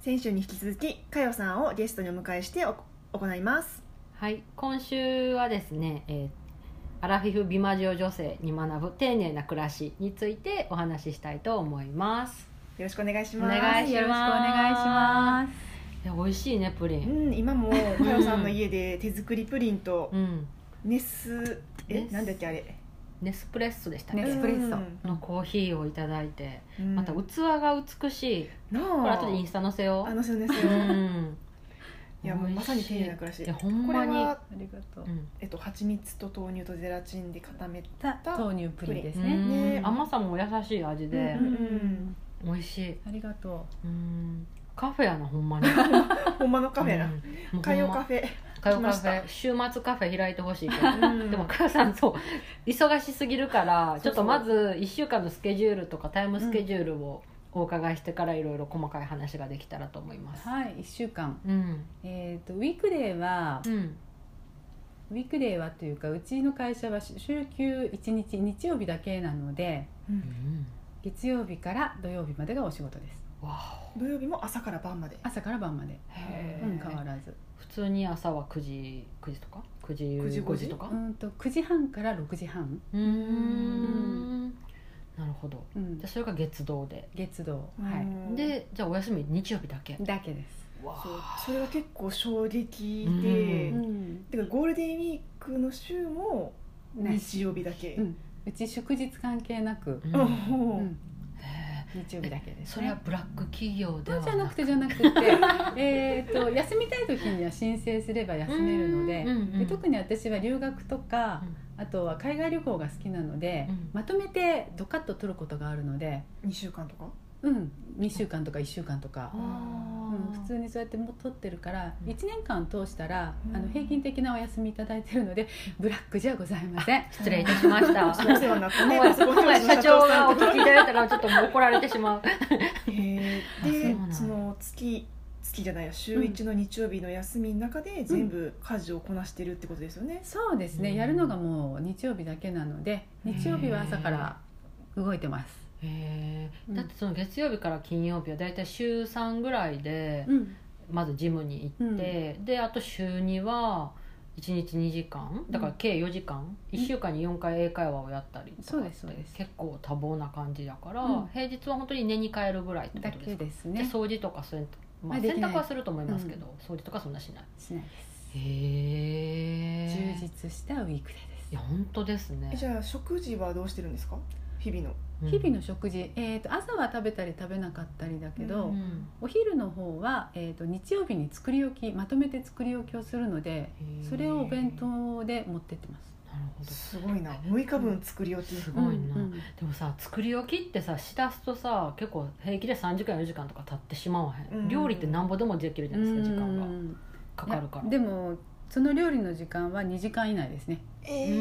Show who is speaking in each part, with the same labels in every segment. Speaker 1: 先週に引き続き佳代さんをゲストにお迎えしてお行います
Speaker 2: はい、今週はですね、えーアラフィフ美魔女女性に学ぶ丁寧な暮らしについてお話ししたいと思います
Speaker 1: よろしくお願いします
Speaker 2: お願いします
Speaker 3: よろしくお願いします
Speaker 2: いや美味しいねプリ
Speaker 1: う
Speaker 2: ン
Speaker 1: ん、今も佳代さんの家で手作りプリンと
Speaker 2: うん
Speaker 1: ネスえ
Speaker 2: ネス
Speaker 1: なんだっけあれ
Speaker 2: ネスプレッソでしたっけ
Speaker 3: ネスプレッソ
Speaker 1: うん
Speaker 2: のコーヒーをいただいて
Speaker 1: うん
Speaker 2: また器が美しい
Speaker 1: な
Speaker 2: これ
Speaker 1: あ
Speaker 2: 後でインスタ載せよ
Speaker 1: あ
Speaker 2: う
Speaker 1: のそうです
Speaker 2: う
Speaker 1: よ
Speaker 2: ん
Speaker 1: いやもう
Speaker 2: 美味し
Speaker 1: まさに丁寧な暮らし
Speaker 2: いやほん
Speaker 1: これ
Speaker 2: まに
Speaker 1: は、
Speaker 3: ありがとう
Speaker 2: う。ん
Speaker 1: えっと、蜂蜜と豆乳とゼラチンで固め
Speaker 3: た豆乳プリンです
Speaker 2: う
Speaker 3: ね。
Speaker 2: ん
Speaker 1: ね
Speaker 2: 甘さも優しい味で
Speaker 1: うんうん
Speaker 2: 美味しい
Speaker 3: ありがと
Speaker 2: うんカフェやなほんまに
Speaker 1: ほんまのカフェ
Speaker 2: う
Speaker 1: なん
Speaker 2: もうほんま
Speaker 1: 海洋カフェ
Speaker 2: 火曜
Speaker 1: 来
Speaker 2: カ
Speaker 1: まし
Speaker 2: フ
Speaker 1: た
Speaker 2: ェ週末カフェ開いてほしいけど
Speaker 1: うん
Speaker 2: でも母さんそう忙しすぎるから
Speaker 1: そう
Speaker 2: ち
Speaker 1: そう
Speaker 2: ょっとまず1週間のスケジュールとかタイムスケジュールをお伺いしてからいろいろ細かい話ができたらと思います
Speaker 3: う。はい、一週間。
Speaker 2: うん
Speaker 3: えっ、とウィークデーは
Speaker 2: う、ん
Speaker 3: ウィークデーはというかうちの会社は週休一日日曜日だけなので、
Speaker 2: うん
Speaker 3: 月曜日から土曜日までがお仕事です。
Speaker 2: わ
Speaker 1: 土曜日も朝から晩まで
Speaker 3: 朝から晩まで。
Speaker 2: おへ
Speaker 3: う
Speaker 2: ー
Speaker 3: ん、変わらず。
Speaker 2: 普通に朝は9時9時とか9時
Speaker 1: 9時
Speaker 2: 5時と
Speaker 3: う
Speaker 2: か
Speaker 3: んと九時半から六時半。
Speaker 2: うーんなるほど
Speaker 3: うん
Speaker 2: じゃあ、それが月堂で
Speaker 3: 月土
Speaker 1: う
Speaker 3: は
Speaker 1: ん
Speaker 2: でじゃあお休み日曜日だけ
Speaker 3: いだけです。
Speaker 2: わ
Speaker 1: そう
Speaker 2: あ
Speaker 1: それが結構衝撃
Speaker 2: う
Speaker 1: で、
Speaker 3: ん。
Speaker 1: てかゴールデンウィークの週も
Speaker 3: ね
Speaker 1: 日曜日だけ、
Speaker 3: うん。うち祝日関係なく、
Speaker 2: うん
Speaker 1: うん
Speaker 3: う
Speaker 1: うん
Speaker 3: ん、
Speaker 2: へ
Speaker 3: 日曜日だけです、ね
Speaker 2: ー。それはブラック企業では
Speaker 3: じゃなくてじゃなくて えーと休みたい時には申請すれば休めるので,、
Speaker 2: うんうん
Speaker 3: で特に私は留学とか、あとは海外旅行が好きなので、
Speaker 2: うん
Speaker 3: まとめてドカッと取ることがあるので、
Speaker 1: 2週間とか
Speaker 3: うん、2週間とか1週間とか、
Speaker 2: あ
Speaker 3: う
Speaker 2: ー
Speaker 3: ん、普通にそうやってもう取ってるから
Speaker 2: うん
Speaker 3: 1年間通したら、
Speaker 1: うん
Speaker 3: あの平均的なお休みいただいてるのでブラックじゃございません。
Speaker 2: 失礼いたしました。
Speaker 1: お世話になったね
Speaker 2: もう
Speaker 1: パソコン教
Speaker 2: もう
Speaker 1: 室の
Speaker 2: 社長がお
Speaker 1: と
Speaker 2: 聞きいただいたらちょっともう怒られてし まう。
Speaker 1: え
Speaker 2: あそうなん
Speaker 1: ーで
Speaker 2: だ
Speaker 1: その月月じゃないや週1の日曜日の休みの中で全部家事をこなしてるってことですよね、
Speaker 3: そうですね、
Speaker 2: うん
Speaker 3: やるのがもう日曜日だけなので日曜日は朝から動いてます。
Speaker 2: へ
Speaker 3: う
Speaker 2: ー
Speaker 3: ん
Speaker 2: だってその月曜日から金曜日はだいたい週3ぐらいで
Speaker 3: うん
Speaker 2: まずジムに行って、であと週2は1日2時間だから計4時間、1週間に4回英会話をやったりと
Speaker 3: そ
Speaker 2: か
Speaker 3: う
Speaker 2: っ
Speaker 3: で
Speaker 2: て
Speaker 3: すそうです
Speaker 2: 結構多忙な感じだから、
Speaker 3: うん
Speaker 2: 平日は本当に寝に帰るぐらいってこ
Speaker 3: だ
Speaker 2: とです
Speaker 3: け
Speaker 2: か
Speaker 3: ですね。
Speaker 2: で掃除とかそういう、ま
Speaker 3: ま
Speaker 2: あ、
Speaker 3: あで
Speaker 2: 洗
Speaker 3: きない
Speaker 2: 濯はすると思いますけど、掃除とかそんなしない
Speaker 3: しない
Speaker 2: へ
Speaker 3: です、
Speaker 2: え
Speaker 3: 充実したウィークデー
Speaker 2: い
Speaker 3: で
Speaker 2: や本当ですね
Speaker 1: えじゃあ食事はどうしてるんですか日々の
Speaker 3: す日々の食事、えー、と朝は食べたり食べなかったりだけど、
Speaker 1: う
Speaker 3: お昼の方は、えー、と日曜日に作り置きまとめて作り置きをするので
Speaker 2: へー
Speaker 3: それをお弁当で持ってってます。
Speaker 2: なるほど
Speaker 1: すごいな6日分作り置き
Speaker 2: すごいな、
Speaker 3: うん
Speaker 2: でもさ作り置きってさしだすとさ結構平気で3時間4時間とか経ってしまわへん、
Speaker 1: うん
Speaker 2: 料理ってなんぼでもできるじゃないですか時間がかかるか
Speaker 3: いや
Speaker 2: ら
Speaker 3: でもその料理の時間は2時間以内ですね。
Speaker 2: う
Speaker 1: えー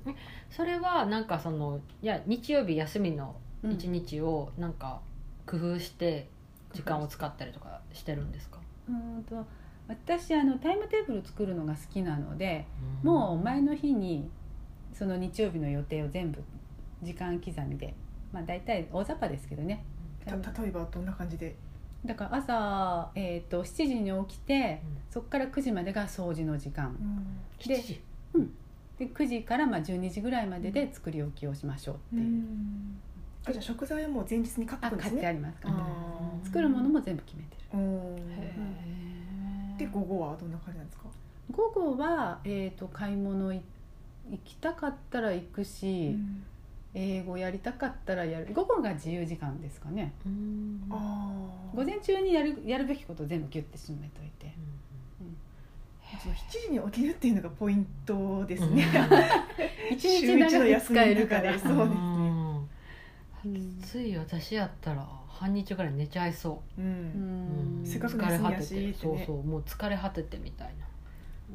Speaker 2: ーんそれはなんかそのいや日曜日休みの
Speaker 3: うん
Speaker 2: 一日をなんか工夫して時間を使ったりとかしてるんですか、
Speaker 3: うーんと私あのタイムテーブル作るのが好きなので、もう前の日にその日曜日の予定を全部時間刻みでまあ大体大雑把ですけどね
Speaker 1: た例えばどんな感じで
Speaker 3: だから朝、えー、と7時に起きて
Speaker 2: うん
Speaker 3: そこから9時までが掃除の時間で
Speaker 2: 7時
Speaker 3: で9時からまあ12時ぐらいまでで作り置きをしましょうっていう、
Speaker 1: あじゃあ食材はもう前日に買って
Speaker 3: あ
Speaker 1: くんで
Speaker 3: 買
Speaker 1: す
Speaker 3: ってあ
Speaker 1: ね
Speaker 3: りますか
Speaker 2: う
Speaker 3: ら、
Speaker 2: ん
Speaker 1: あ
Speaker 3: 作るものも全部決めてる
Speaker 1: うん
Speaker 2: へー
Speaker 1: で午後はどんな感じなんですか
Speaker 3: 午後は、えー、と買い物い行きたかったら行くし、英語やりたかったらやる午後が自由時間ですかね
Speaker 2: うん
Speaker 1: ああ
Speaker 3: 午前中にやるやるべきことを全部ギュッてしめといて
Speaker 1: その7時に起きるっていうのがポイントですね、
Speaker 3: 一日長く使えるから
Speaker 1: 週一の休みの中でそうですね
Speaker 3: うん
Speaker 2: つい私やったら半日ぐらい寝ちゃいそ う
Speaker 3: うん
Speaker 2: う、
Speaker 3: ん
Speaker 1: せっかく
Speaker 2: 疲れ果て
Speaker 1: 休みや
Speaker 2: て
Speaker 1: し
Speaker 2: そうそうもう疲れ果ててみたいな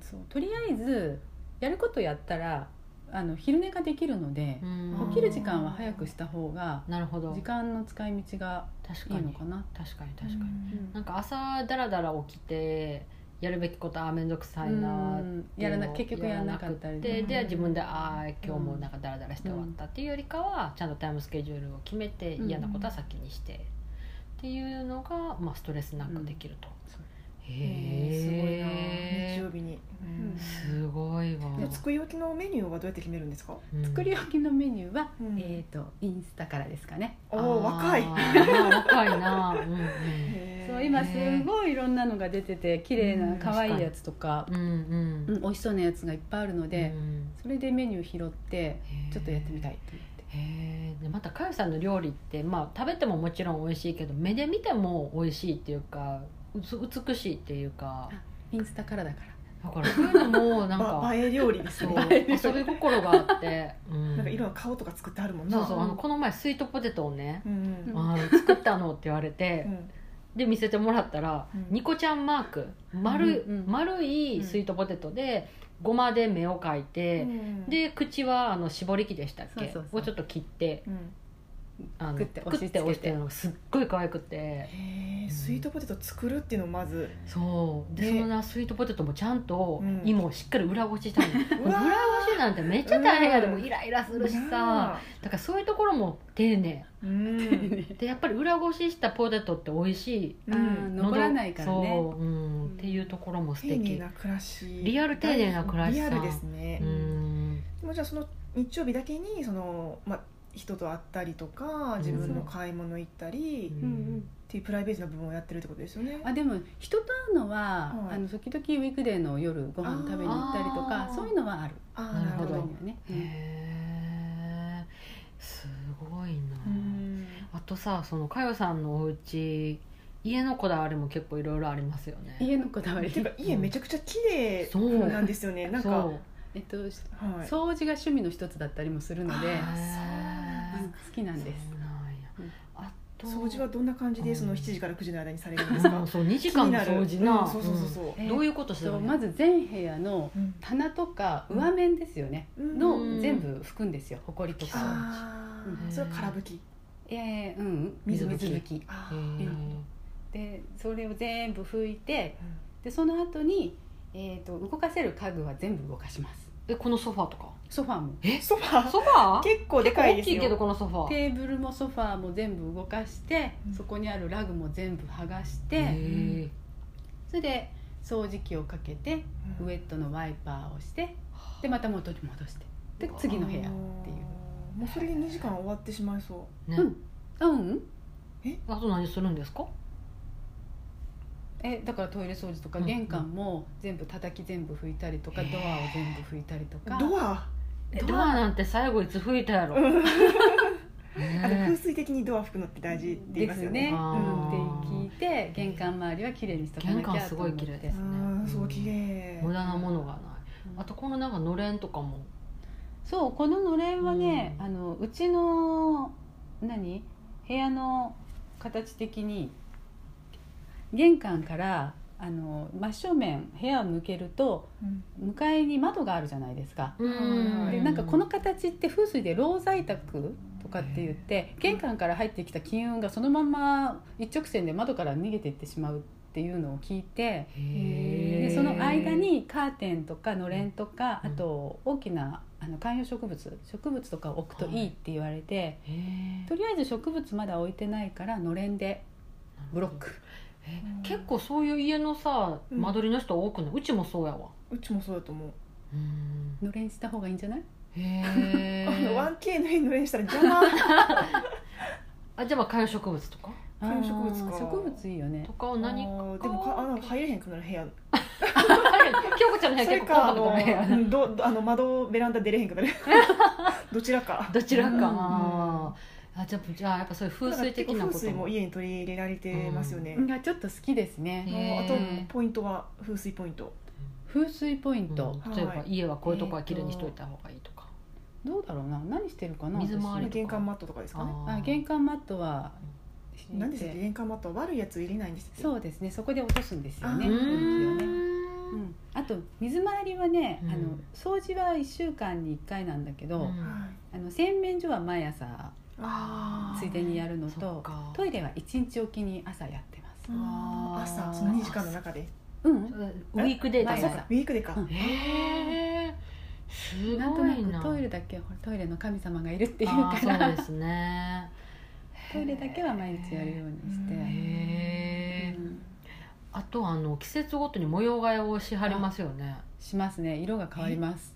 Speaker 3: そうとりあえずやることやったらあの昼寝ができるので、
Speaker 2: うん
Speaker 3: 起きる時間は早くした方が
Speaker 2: なるほど
Speaker 3: 時間の使い道が
Speaker 2: 確
Speaker 3: い
Speaker 2: か
Speaker 3: いの
Speaker 2: に
Speaker 3: かな
Speaker 2: 確かに確かに、
Speaker 3: うん
Speaker 2: なんか朝だらだら起きてやるべきことあーめんどくさいなーって
Speaker 3: うんやらな結局やらなかったり
Speaker 2: で
Speaker 3: ね
Speaker 2: で自分でああ今日もなんかダラダラして終わったっていうよりかはちゃんとタイムスケジュールを決めて
Speaker 3: うん
Speaker 2: 嫌なことは先にしてっっていうのが、まあ、ストレスなくできると、
Speaker 3: そう
Speaker 2: へ
Speaker 1: す
Speaker 2: え
Speaker 1: ごいな日曜日に、
Speaker 3: うん
Speaker 2: すごいわ
Speaker 1: じゃあ作り置きのメニューはどうやって決めるんですか
Speaker 2: うん
Speaker 3: 作り置きのメニューは、
Speaker 1: うん
Speaker 3: えっ、とインスタからですかね。
Speaker 1: おお 若い
Speaker 2: あー若い な、うんうん
Speaker 1: へー
Speaker 3: そう今すごいいろんなのが出てて綺麗
Speaker 1: う
Speaker 3: なん可愛いやつとか、
Speaker 2: うんう
Speaker 3: う
Speaker 2: ん
Speaker 3: ん、美味しそうなやつがいっぱいあるので、
Speaker 2: うん
Speaker 3: それでメニュー拾って
Speaker 2: へー
Speaker 3: ちょっとやってみたいと思って。
Speaker 2: へえまたかよさんの料理って、まあ、食べてももちろん美味しいけど目で見ても美味しいっていうかうつ美しいっていうか
Speaker 3: インスタからだか
Speaker 2: だからそういうのもなん
Speaker 1: ば
Speaker 2: か
Speaker 1: 映え料理です
Speaker 2: そ
Speaker 1: ね
Speaker 2: う
Speaker 1: な
Speaker 2: 遊び心があって、うん
Speaker 1: んかいろんな顔とか作ってあるもんな
Speaker 2: そうそうあのこの前スイートポテトをね
Speaker 1: う、ん
Speaker 3: うん
Speaker 2: あの作ったのって言われて、
Speaker 1: うん
Speaker 2: で見せてもらったら、
Speaker 1: うん
Speaker 2: ニコちゃんマーク丸,、
Speaker 3: うんうん
Speaker 2: 丸いスイートポテトで、ごまで目を描いて、で口はあの絞り器でしたっけ
Speaker 3: そうそうそう
Speaker 2: をちょっと切って
Speaker 1: うん
Speaker 2: あの
Speaker 3: グッて
Speaker 2: グ
Speaker 3: 押し
Speaker 2: ッ
Speaker 3: 付
Speaker 2: て
Speaker 3: けて
Speaker 2: 押してるのがすっごい可愛くて
Speaker 1: へえスイートポテト作るっていうのをまず
Speaker 2: そうで、
Speaker 1: ね
Speaker 2: そんなスイートポテトもちゃんと
Speaker 1: うん
Speaker 2: 芋をしっかり裏ごししたの、
Speaker 1: うわ
Speaker 2: 裏ごしなんてめっちゃ大変やで
Speaker 1: うん
Speaker 2: もうイライラするしさ
Speaker 1: なあ
Speaker 2: だからそういうところも丁寧
Speaker 1: うん
Speaker 3: ら。
Speaker 2: でやっぱり裏ごししたポテトって美味しい
Speaker 1: うん
Speaker 3: あー
Speaker 2: のど
Speaker 3: 残らないからね。
Speaker 2: そう、うんっていうところも素
Speaker 1: 丁寧
Speaker 2: 敵
Speaker 1: な暮らし
Speaker 2: リアル丁寧な暮らし
Speaker 1: リ
Speaker 2: さ
Speaker 1: アルですね、
Speaker 2: うん
Speaker 1: でもじゃあその日曜日だけにその、まあ、人と会ったったりとか自分の買い物行ったり、
Speaker 2: うん
Speaker 1: っ
Speaker 3: うんうん
Speaker 1: ていうプライベートな部分をやってるってことですよね。
Speaker 3: あでも人と会うのは、
Speaker 1: はい
Speaker 3: あの時々ウィークデーの夜ご飯食べに行ったりと
Speaker 2: あ
Speaker 3: か
Speaker 2: ー
Speaker 3: そういうのはある
Speaker 1: あー
Speaker 2: なるほど
Speaker 3: たまにはね、うん
Speaker 2: へえすごいな、
Speaker 1: うん
Speaker 2: あとさそのかよさんのお家家のこだわりも結構いろいろありますよね
Speaker 3: 家のこだ わり
Speaker 1: ていうか家めちゃくちゃ綺麗
Speaker 2: そう
Speaker 1: なんですよね。なんか、
Speaker 2: そ
Speaker 1: は
Speaker 2: う
Speaker 3: えっと、
Speaker 1: い、
Speaker 3: 掃除が趣味の一つだったりもするので、
Speaker 1: あー
Speaker 2: へー
Speaker 3: うん好きなんです
Speaker 2: そうなんや
Speaker 3: うん
Speaker 2: あと
Speaker 1: 掃除はどんな感じ
Speaker 2: う
Speaker 1: で
Speaker 2: ん
Speaker 1: その7時から9時の間にされるんです
Speaker 2: うん
Speaker 1: か。
Speaker 2: そう2時
Speaker 1: 気
Speaker 2: 間
Speaker 1: に
Speaker 2: の
Speaker 1: なる
Speaker 2: 掃除な、
Speaker 1: うんそうそうそうそう。
Speaker 3: うん
Speaker 2: どういうことし
Speaker 3: え
Speaker 2: て
Speaker 3: っと
Speaker 2: る
Speaker 3: まず全部屋の
Speaker 1: うん
Speaker 3: 棚とか上面ですよね、
Speaker 1: うん
Speaker 3: の
Speaker 2: うん
Speaker 3: 全部拭くんですよほこりとか
Speaker 1: あー
Speaker 2: うん
Speaker 1: それは空拭き。
Speaker 3: いやいやうんうん
Speaker 2: 水
Speaker 3: 水
Speaker 2: 拭
Speaker 3: 拭
Speaker 2: き
Speaker 3: き
Speaker 1: あ
Speaker 2: へ
Speaker 1: ー
Speaker 2: ー
Speaker 3: でそれを全部拭いて
Speaker 1: うん
Speaker 3: でその後にえっと動かせる家具は全部動かします
Speaker 2: えこのソファーとか
Speaker 3: ソファーも
Speaker 1: ソファー
Speaker 2: ソファー
Speaker 1: 結構でかいです
Speaker 2: 大きいけど
Speaker 1: よ。
Speaker 2: このソファー
Speaker 3: テーブルもソファーも全部動かして、
Speaker 1: うん
Speaker 3: そこにあるラグも全部剥がし
Speaker 2: へ
Speaker 3: て
Speaker 2: ー
Speaker 3: それで掃除機をかけて
Speaker 1: うん
Speaker 3: ウエットのワイパーをしてでまた元に戻してで
Speaker 2: うわ
Speaker 3: 次の部屋っ
Speaker 1: あー
Speaker 3: ていう
Speaker 1: もうそれで2時間終わってしまいそう。
Speaker 2: ね
Speaker 3: うんあうん
Speaker 2: あと何するんですか
Speaker 3: えだからトイレ掃除とか
Speaker 2: うん
Speaker 3: 玄関も全部叩き全部拭いたりとか
Speaker 2: へー
Speaker 3: ドアを全部拭いたりとか
Speaker 1: ドア、
Speaker 3: え
Speaker 2: ドアなんて最後いつ吹いたやろ、 ね
Speaker 1: あの風水的にドア拭くのって大事って言い
Speaker 3: で
Speaker 1: ますすよ
Speaker 3: ね
Speaker 1: ね。
Speaker 3: うん、
Speaker 2: あ
Speaker 3: って
Speaker 2: ー
Speaker 3: 聞いて玄関周りは綺麗にしとかなき
Speaker 2: 玄
Speaker 3: ゃ
Speaker 2: 関す
Speaker 3: と
Speaker 2: ご
Speaker 3: 思っ
Speaker 2: い綺麗で
Speaker 3: て
Speaker 2: すね
Speaker 1: うん、そう綺麗。
Speaker 2: 無駄なものがない
Speaker 3: うん
Speaker 2: あとこのなんかのれんとかも
Speaker 3: そうこののれんはね、
Speaker 2: うん
Speaker 3: あのうちの何部屋の形的に玄関からあの真正面部屋を向けると
Speaker 1: うん
Speaker 3: 向かいに窓があるじゃないですか。
Speaker 1: うん
Speaker 3: でなんかこの形って風水で老在宅とかって言って玄関から入ってきた金運がそのまま一直線で窓から逃げていってしまうっていうのを聞いて
Speaker 2: へー
Speaker 3: でその間にカーテンとかのれんとか
Speaker 2: う
Speaker 3: あ
Speaker 2: ん
Speaker 3: と大きなあの観葉植物植物とかを置くといいって言われて、
Speaker 2: へー
Speaker 3: とりあえず植物まだ置いてないからのれんでブロック
Speaker 2: え結構そういう家のさ
Speaker 1: うん
Speaker 2: 間取りの人多くないうちもそうやわ
Speaker 1: うちもそうだと思う。
Speaker 2: うん
Speaker 3: のれんした方がいいんじゃない
Speaker 2: へ
Speaker 1: あの
Speaker 2: ー
Speaker 1: 1K の絵の連したら邪魔。
Speaker 2: あじゃあまあ観葉植物とか
Speaker 1: 観葉植物か
Speaker 3: あー植物いいよね
Speaker 2: とかを何
Speaker 1: あ
Speaker 2: か
Speaker 1: ーでもかあの入れへんくなる部屋。
Speaker 2: 京子ちゃんの部
Speaker 1: そ
Speaker 2: 屋
Speaker 1: れ
Speaker 2: 結構
Speaker 1: かあ
Speaker 2: コンパ
Speaker 1: の
Speaker 2: クトな
Speaker 1: う
Speaker 2: 部屋
Speaker 1: んどどあの窓ベランダ出れへんくな る。どちらか。
Speaker 2: どちらか、
Speaker 3: うん
Speaker 2: あーあじゃあじゃあやっぱそういう風水的な
Speaker 1: なんか結構
Speaker 2: こ
Speaker 1: 風水も
Speaker 2: とも
Speaker 1: 家に取り入れられてますよね。
Speaker 3: うんがちょっと好きです
Speaker 1: あ
Speaker 3: ね
Speaker 1: のあと
Speaker 2: へー
Speaker 1: ポイントは風水ポイント。
Speaker 3: 風水ポイン
Speaker 2: う
Speaker 3: ト
Speaker 2: ん、例えば
Speaker 1: はい
Speaker 2: 家はこういうとこは綺麗にしといた方がいいとか、
Speaker 3: どうだろうな何してるかな
Speaker 2: 水回りとか
Speaker 3: 私
Speaker 1: 玄関マットとかですかね。
Speaker 3: あ玄関マットは敷いて
Speaker 1: 何でしたっけ玄関マットは悪いやつ入れないんですって。
Speaker 3: そうですねそこで落とすんですよね
Speaker 1: あー
Speaker 3: 運気をね
Speaker 2: う
Speaker 3: うんん、あと水回りはね、
Speaker 2: うん
Speaker 3: あの掃除は1週間に1回なんだけど、
Speaker 2: うん
Speaker 1: はい。
Speaker 3: あの洗面所は毎朝
Speaker 1: あー
Speaker 3: ついでにやるの
Speaker 2: そっ
Speaker 3: と
Speaker 2: か
Speaker 3: トイレは1日おきに朝やってます、
Speaker 2: あー
Speaker 1: 朝その2時間の中で
Speaker 3: うん、
Speaker 2: ウィークデータ
Speaker 1: あ
Speaker 3: 毎
Speaker 1: そう
Speaker 3: 朝
Speaker 2: とか
Speaker 1: かウィークでか、
Speaker 3: うん
Speaker 2: へえす
Speaker 3: なん
Speaker 2: ご
Speaker 3: と
Speaker 2: いな
Speaker 3: なくトイレだけほらトイレの神様がいるっていうか
Speaker 2: あー
Speaker 3: ら
Speaker 2: そうですねへ
Speaker 3: トイレだけは毎日やるようにして、
Speaker 2: へえ
Speaker 3: うん
Speaker 2: あとあの季節ごとに模様替えをしはりますよね
Speaker 3: しますね色が変わります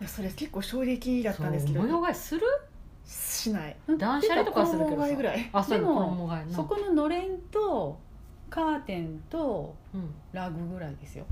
Speaker 1: いやそれ結構衝撃だったんですけど
Speaker 2: そう模様替えする
Speaker 1: しない
Speaker 3: うん
Speaker 2: 断捨離とかはするけど
Speaker 1: 衣替えぐ
Speaker 2: さ
Speaker 1: らい
Speaker 2: あそういうの
Speaker 3: でも
Speaker 2: 衣替えな
Speaker 3: そこののれんとカーテンと
Speaker 2: うん
Speaker 3: ラグぐらいですよ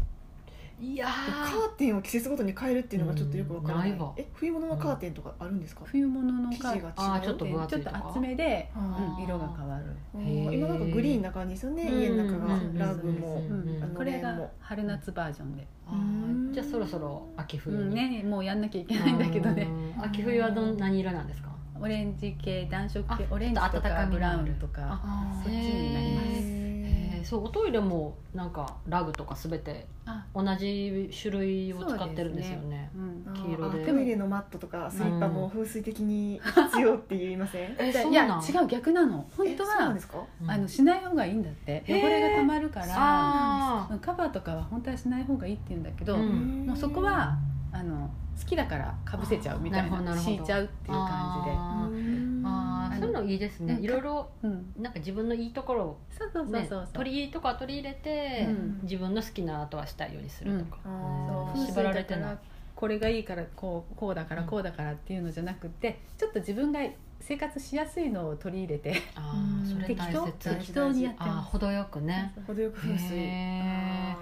Speaker 2: いや
Speaker 1: カ
Speaker 2: ー
Speaker 1: ーテンを季節ごとに変えるっていうのがちょっとよくわからない,、
Speaker 2: うんないわ
Speaker 1: え冬物のカーテンとかあるんですか、
Speaker 3: 冬物のカーテ
Speaker 1: 生地
Speaker 3: ン
Speaker 2: あ
Speaker 1: が
Speaker 2: あ
Speaker 1: 違う
Speaker 2: ちょっと分厚い
Speaker 3: ち
Speaker 2: と
Speaker 3: ょっと
Speaker 2: か
Speaker 3: 厚めで、
Speaker 1: あ
Speaker 3: うん色が変わる
Speaker 1: あ
Speaker 2: へえ
Speaker 1: 今なんかグリーンな感じですよね、家の中が、
Speaker 2: うんうんうん
Speaker 1: ラグも、
Speaker 2: うんうん
Speaker 1: あの
Speaker 3: これ
Speaker 1: レーン
Speaker 3: が
Speaker 1: も
Speaker 3: 春夏バージョンで、
Speaker 2: あーじゃあそろそろ秋
Speaker 3: う
Speaker 2: 冬に、
Speaker 3: んね、もうやんなきゃいけないんだけどね
Speaker 2: あー秋冬はどん何色なんですか
Speaker 3: オレンジ系暖色系
Speaker 2: あ
Speaker 3: オレンジ
Speaker 2: ちょ
Speaker 3: と
Speaker 2: っと温か
Speaker 3: か
Speaker 2: みの
Speaker 3: ブラウ
Speaker 2: ある
Speaker 3: ンとか
Speaker 1: あ
Speaker 3: そっちになります
Speaker 2: へ
Speaker 1: へ
Speaker 2: ー
Speaker 1: ー
Speaker 2: そうおトイレもなんかラグとかすべて
Speaker 3: あ
Speaker 2: 同じ種類を使ってるんですよ
Speaker 3: そう
Speaker 2: ね
Speaker 3: うん
Speaker 2: 黄色で
Speaker 1: あトイレのマットとかスリッパも風水的に必要って言いません
Speaker 2: えそう
Speaker 3: い
Speaker 2: な
Speaker 3: や
Speaker 2: ん
Speaker 3: 違う逆なの本
Speaker 1: え
Speaker 3: 当
Speaker 1: そうなん
Speaker 3: は
Speaker 1: ですか
Speaker 2: うん
Speaker 3: あのしない方がいいんだって汚
Speaker 2: へー
Speaker 3: れがたまるから
Speaker 2: あ
Speaker 3: うんカバーとかは本当はしない方がいいって言うんだけど、
Speaker 2: うん
Speaker 3: もうそこはあの好きだからかぶせちゃうみたい
Speaker 2: あーなるほどな
Speaker 3: な
Speaker 2: るほど
Speaker 3: 敷いちゃうっていう感
Speaker 1: あ
Speaker 2: あーあーそういうのいいですね
Speaker 3: うん
Speaker 2: いろいろ
Speaker 3: じで、うん、
Speaker 2: なんか自分のいいところ
Speaker 3: そうそう
Speaker 2: を、
Speaker 3: そう
Speaker 2: ね
Speaker 3: そうそう、
Speaker 2: 取り入れとか取り入れて、
Speaker 3: うん
Speaker 2: 自分の好きなアートはしたいようにするとか、
Speaker 1: うんあー
Speaker 2: うん
Speaker 3: 風
Speaker 2: 縛
Speaker 3: 水
Speaker 2: ら
Speaker 3: だ
Speaker 2: れて
Speaker 3: か
Speaker 2: ない
Speaker 3: らこれがいいからこうこうだから
Speaker 2: うん
Speaker 3: こうだからっていうのじゃなくてちょっと自分が生活しやすいのを取り入れて
Speaker 2: あーそれ
Speaker 3: 適当
Speaker 2: 大切
Speaker 1: 大事
Speaker 3: 適当にやって
Speaker 2: あー
Speaker 3: ま
Speaker 2: 程よく
Speaker 3: す
Speaker 2: ね
Speaker 1: 程よく風水
Speaker 2: へー
Speaker 1: あ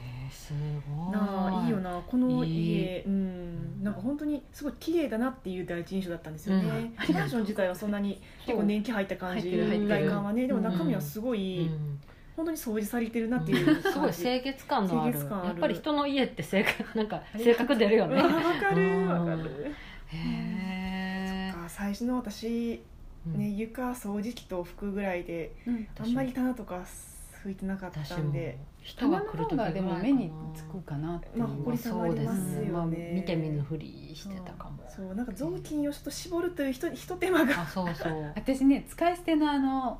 Speaker 2: へーす
Speaker 1: ー
Speaker 2: ごい
Speaker 1: なあいいよなこの
Speaker 2: い
Speaker 1: 家うんなんか本当にすごい綺麗だなっていう第一印象だったんですよ
Speaker 2: うん
Speaker 1: ねマンション自体はそんなに結構年季入った感じ
Speaker 3: 入ってる入ってる
Speaker 1: 外観はねでも中身はすご
Speaker 2: う
Speaker 1: い
Speaker 2: ん
Speaker 1: 本当に掃除されてるなっていう
Speaker 2: すごい
Speaker 1: 感じ
Speaker 2: 清潔感のある
Speaker 1: 清潔感ある
Speaker 2: やっぱり人の家って性格 なんか性格出るよ
Speaker 1: うわ
Speaker 2: ね
Speaker 1: わか
Speaker 2: うん
Speaker 1: るわかる
Speaker 2: へー
Speaker 1: あ最初の私
Speaker 2: うん
Speaker 1: ね床掃除機と服ぐらいで
Speaker 3: うん
Speaker 1: あんまり棚とか拭いてなかった
Speaker 2: 私
Speaker 1: ん
Speaker 2: も
Speaker 1: で
Speaker 2: 人
Speaker 3: 棚
Speaker 2: が
Speaker 3: の
Speaker 2: 来る
Speaker 3: 方
Speaker 2: 時ぐら
Speaker 3: が
Speaker 2: い
Speaker 3: でも目につくかなっていう、
Speaker 1: まあ埃たまりますよね
Speaker 2: まあ、見て見ぬふりしてたかも
Speaker 1: そうなんか雑巾をちょっと絞るというひとひと手間が
Speaker 2: あそうそう
Speaker 3: 私ね使い捨てのあの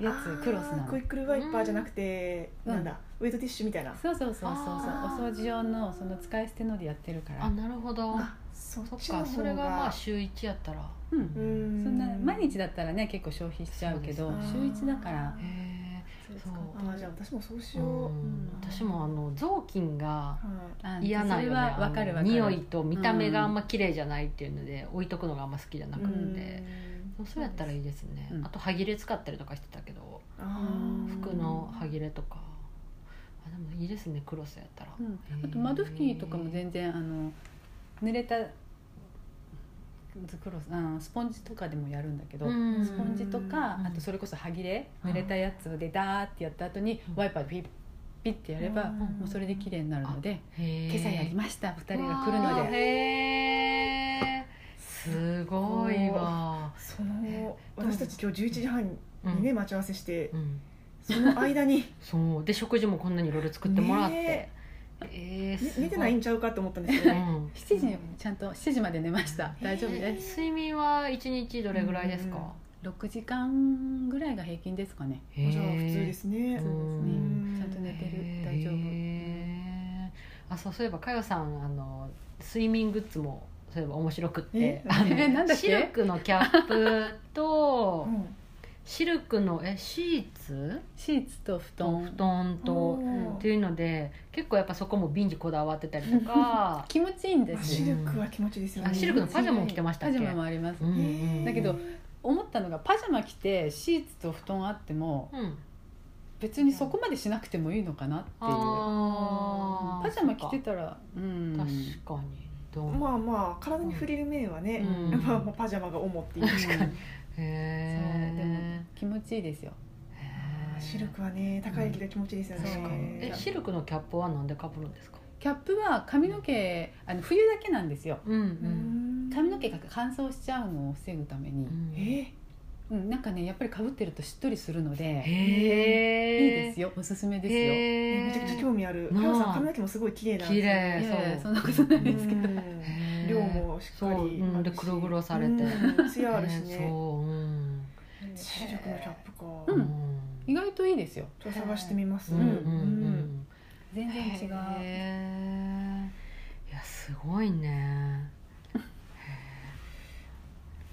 Speaker 3: や
Speaker 1: あ
Speaker 3: つ
Speaker 1: ー
Speaker 3: クロスなの
Speaker 1: クイックルワイパーじゃなくて、
Speaker 3: うん
Speaker 1: なんだウェットティッシュみたいな、
Speaker 3: そうそうそうそうそうお
Speaker 1: あー
Speaker 3: 掃除用のその使い捨てのでやってるから
Speaker 2: あなるほど
Speaker 1: あそっ
Speaker 2: そっ
Speaker 1: ちの方
Speaker 2: か
Speaker 1: が
Speaker 2: それがまあ週一やったら
Speaker 3: うん、
Speaker 1: うん
Speaker 3: そんな毎日だったらね結構消費しちゃうけど
Speaker 2: そうです
Speaker 3: 週一だから
Speaker 2: へえ
Speaker 1: そうです
Speaker 2: そう
Speaker 1: かあーじゃあ私もそうしよう、
Speaker 2: うん私もあの雑巾が
Speaker 1: はい
Speaker 3: あ
Speaker 2: 嫌な
Speaker 3: そ
Speaker 2: ん
Speaker 3: れ
Speaker 2: よね
Speaker 3: はわかるわ
Speaker 2: あの
Speaker 3: かる
Speaker 2: 匂いと見た目があんま綺麗じゃないっていうので置いとくのがあんま好きじゃな
Speaker 1: う
Speaker 2: くて、
Speaker 1: ん
Speaker 2: そうやったらいいですね、
Speaker 3: うん
Speaker 2: あと歯切れ使ったりとかしてたけど
Speaker 1: あー
Speaker 2: 服の歯切れとかあでもいいですねクロスやったら、
Speaker 3: うん
Speaker 2: へー
Speaker 3: あと窓拭きとかも全然あの濡れたクロスあのスポンジとかでもやるんだけど、
Speaker 2: うん
Speaker 3: スポンジとか
Speaker 2: うん
Speaker 3: あとそれこそ歯切れ
Speaker 2: うん
Speaker 3: 濡れたやつでダーってやった後に
Speaker 2: うん
Speaker 3: ワイパーでピッピッってやれば
Speaker 1: うん
Speaker 3: もうそれで綺麗になるので
Speaker 2: へー
Speaker 3: 今朝やりました二人が来るの
Speaker 2: わあ
Speaker 3: で
Speaker 2: へーすごいわ、
Speaker 1: その私たち今日11時半にね、待ち合わせして、
Speaker 2: うん、
Speaker 1: その間に、ね
Speaker 2: そうで食事もこんなにいろいろ作ってもらって、
Speaker 1: ね
Speaker 2: えーすご
Speaker 1: 寝てないんちゃうかと思ったんですけ
Speaker 2: う
Speaker 1: ど、
Speaker 2: ん
Speaker 3: 7時にちゃんと7時まで寝ました大丈夫
Speaker 2: え
Speaker 3: で
Speaker 2: ー
Speaker 3: す
Speaker 2: 睡眠は一日どれぐらいですか、
Speaker 1: うん
Speaker 3: 6時間ぐらいが平均ですかね
Speaker 2: へー
Speaker 1: じゃあ普通ですね、
Speaker 2: うん
Speaker 3: そうですね
Speaker 1: うん
Speaker 3: ちゃんと寝てる大丈夫
Speaker 2: へーあそうそういえばかよさんあの睡眠グッズもそういえば面白くって
Speaker 1: え
Speaker 2: あの
Speaker 3: えなんだっ
Speaker 2: シ
Speaker 3: け
Speaker 2: ルクのキャップと
Speaker 1: うん
Speaker 2: シルクのえシーツ
Speaker 3: シーツと布
Speaker 2: と布
Speaker 3: 団
Speaker 2: 団と
Speaker 1: うん
Speaker 2: っていうので結構やっぱそこも瓶にこだわってたりとか
Speaker 3: 気持ちいいんで
Speaker 1: あ
Speaker 3: す
Speaker 1: シ
Speaker 3: よ
Speaker 1: ルクは気持ちいいですよ
Speaker 2: あ
Speaker 1: ね
Speaker 2: シルクのパジャマも着てましたっ
Speaker 3: パ
Speaker 2: け
Speaker 3: ジャマもあります
Speaker 2: うんうんうん
Speaker 3: だけど思ったのがパジャマ着てシーツと布団あっても
Speaker 2: うん
Speaker 3: 別にそこまでしなくてもいいのかなっていう
Speaker 2: あー
Speaker 3: パジャマ着てたらうん
Speaker 2: 確かにどうも
Speaker 1: まあまあ体に触れる面はね、
Speaker 2: うん
Speaker 1: まあまあパジャマが主っていう
Speaker 3: 確かにそう
Speaker 2: へ
Speaker 3: でも気持ちいいですよ
Speaker 2: え
Speaker 1: シルクはね高い木が気持ちいいですよね、
Speaker 3: 確かに
Speaker 2: えシルクのキャップはなんでかぶるんですか
Speaker 3: キャップは髪の毛あの冬だけなんですよ
Speaker 2: うん
Speaker 1: うん
Speaker 3: 髪の毛が乾燥しちゃうのを防ぐために、
Speaker 1: え
Speaker 2: へ
Speaker 3: うん、なんかねやっぱりかぶってるとしっとりするのでいい
Speaker 2: え
Speaker 3: ですよおすすめですよい
Speaker 1: えめちゃくちゃ興味ある
Speaker 2: なあ
Speaker 1: カヨさん髪の毛もすごい綺麗なんです
Speaker 2: 綺
Speaker 1: よ
Speaker 3: や
Speaker 2: 麗
Speaker 3: い
Speaker 2: そ
Speaker 3: やそううそんなことないですけど、
Speaker 1: うん量もしっかり
Speaker 2: そううん
Speaker 1: あるし
Speaker 2: で黒々されて
Speaker 1: うんツヤあるし
Speaker 2: そ
Speaker 1: ね
Speaker 2: ううん
Speaker 1: シルクのキャップか、
Speaker 3: う
Speaker 1: ち
Speaker 3: ん
Speaker 1: ょ
Speaker 3: 意外といいですよ
Speaker 1: っと探してみます、
Speaker 2: うんうんうん
Speaker 1: ん
Speaker 3: 全然違う
Speaker 2: へえいやすごいね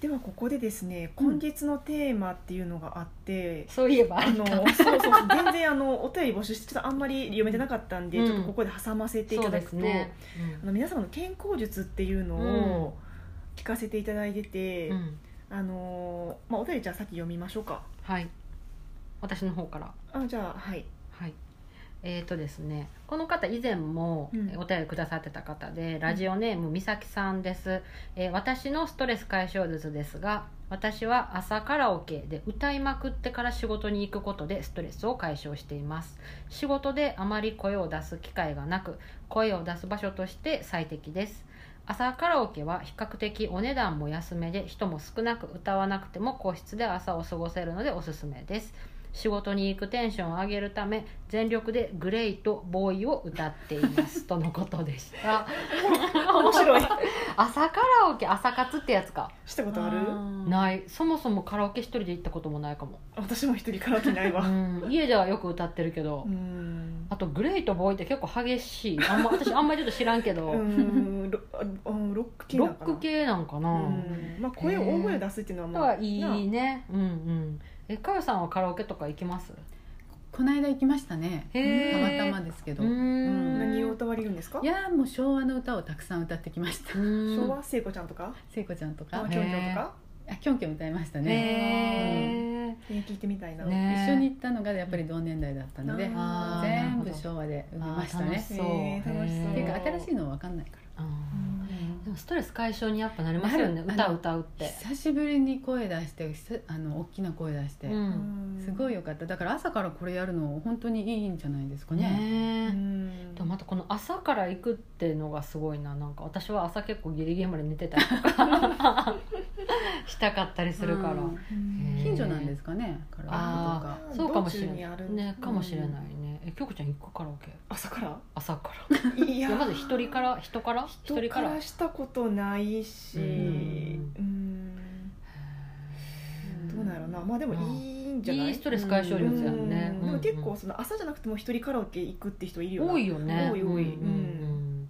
Speaker 1: ではここでですね今月のテーマっていうのがあって、
Speaker 2: そういえば
Speaker 1: あのそうそう全然あのお便り募集してちょっとあんまり読めてなかったんで、
Speaker 2: うん
Speaker 1: ちょっとここで挟ませてい
Speaker 2: そ
Speaker 1: た
Speaker 2: う
Speaker 1: だ
Speaker 2: で
Speaker 1: く
Speaker 2: す
Speaker 1: と、
Speaker 2: ね、
Speaker 1: あの皆様の健康術っていうのを聞かせていただいてて、
Speaker 2: うんうん
Speaker 1: あのーまあ、お便りじゃあ先読みましょうか
Speaker 2: はい私の方から
Speaker 1: あじゃあはい
Speaker 2: はいえーとですね、この方以前も
Speaker 1: うん
Speaker 2: お便りくださってた方で、ラジオネームみさきさんです、えー私のストレス解消術ですが私は朝カラオケで歌いまくってから仕事に行くことでストレスを解消しています仕事であまり声を出す機会がなく声を出す場所として最適です朝カラオケは比較的お値段も安めで人も少なく歌わなくても個室で朝を過ごせるのでおすすめです仕事に行くテンションを上げるため全力で「グレイと「ボーイ」を歌っていますとのことでした
Speaker 1: 面白い
Speaker 2: 朝カラオケ朝活ってやつか
Speaker 1: したことある
Speaker 3: い
Speaker 2: ないそもそもカラオケ一人で行ったこともないかも、
Speaker 1: 私も一人カラオケないう わ
Speaker 2: ん、家ではよく歌ってるけど、
Speaker 1: うん
Speaker 2: あと「グレイと「ボーイ」って結構激しいあん、ま、私あんまりちょっと知らんけど、
Speaker 1: うんロあうんロック系
Speaker 2: ロ
Speaker 1: なの
Speaker 2: ッ
Speaker 1: かな
Speaker 2: ク系なんかな、
Speaker 1: うんまあ声を大声を出すっていうのは
Speaker 2: あと
Speaker 1: まあ、
Speaker 2: はいいねうんうんえかよさんはカラオケとか行きます
Speaker 3: この間行きましたね
Speaker 2: へえ
Speaker 3: たまたまですけど、
Speaker 2: うー
Speaker 1: うん
Speaker 2: ん
Speaker 1: 何を歌われるんですか
Speaker 3: いやーもう昭和の歌をたくさん歌ってきました
Speaker 2: うん
Speaker 1: 昭和聖子ちゃんとか
Speaker 3: 聖子ちゃんと
Speaker 1: あ
Speaker 3: か
Speaker 1: のきょんきょんとか
Speaker 3: あキョンキョン歌いましたね、
Speaker 1: え
Speaker 2: へ
Speaker 1: ー聞いてみたいな、
Speaker 2: ねー
Speaker 3: 一緒に行ったのがやっぱり同年代だったので
Speaker 1: うんあー
Speaker 3: 全部
Speaker 2: ょ
Speaker 3: 昭和で埋めました
Speaker 2: 楽
Speaker 3: ね
Speaker 2: しそう
Speaker 1: へー楽しそう
Speaker 3: っていうか新しい
Speaker 2: い
Speaker 3: のは分かんないか
Speaker 1: うん
Speaker 2: でもストレス解消にやっぱなりますよね
Speaker 3: な
Speaker 2: 歌
Speaker 3: る
Speaker 2: を歌うっ
Speaker 3: ら
Speaker 2: て
Speaker 3: 久しぶりに声出してひさあの大きな声出して、
Speaker 2: うん
Speaker 3: すごいよかっただから朝からこれやるの本当にいいんじゃないですかね
Speaker 1: う
Speaker 2: ね
Speaker 1: ん
Speaker 2: えでもまたこの朝から行くっていうのがすごいななんか私は朝結構ギリギリまで寝てたりと かしたかったりするから、
Speaker 3: うん
Speaker 1: うん
Speaker 2: へー
Speaker 3: 近所なんですかねカラオケとか
Speaker 2: あそうかもしれ
Speaker 1: 道中に
Speaker 2: な
Speaker 1: ある
Speaker 2: いねかもしれないねえ京子ちゃん行くカラオケ
Speaker 1: 朝から
Speaker 2: 朝から
Speaker 1: い
Speaker 2: い
Speaker 1: や
Speaker 2: やまず一人から人から一
Speaker 1: 人
Speaker 2: 人
Speaker 1: か
Speaker 2: から
Speaker 1: らしたことないし
Speaker 2: う
Speaker 1: うんん
Speaker 3: うん
Speaker 1: どうなんやろうなまあでもいいんじゃない
Speaker 2: いいストレス解消術やんね、
Speaker 1: うんでも結
Speaker 2: うん
Speaker 1: 構その朝じゃなくても一人カラオケ行くって人いるよな
Speaker 2: 多いよね
Speaker 1: 多い多い
Speaker 2: うんうん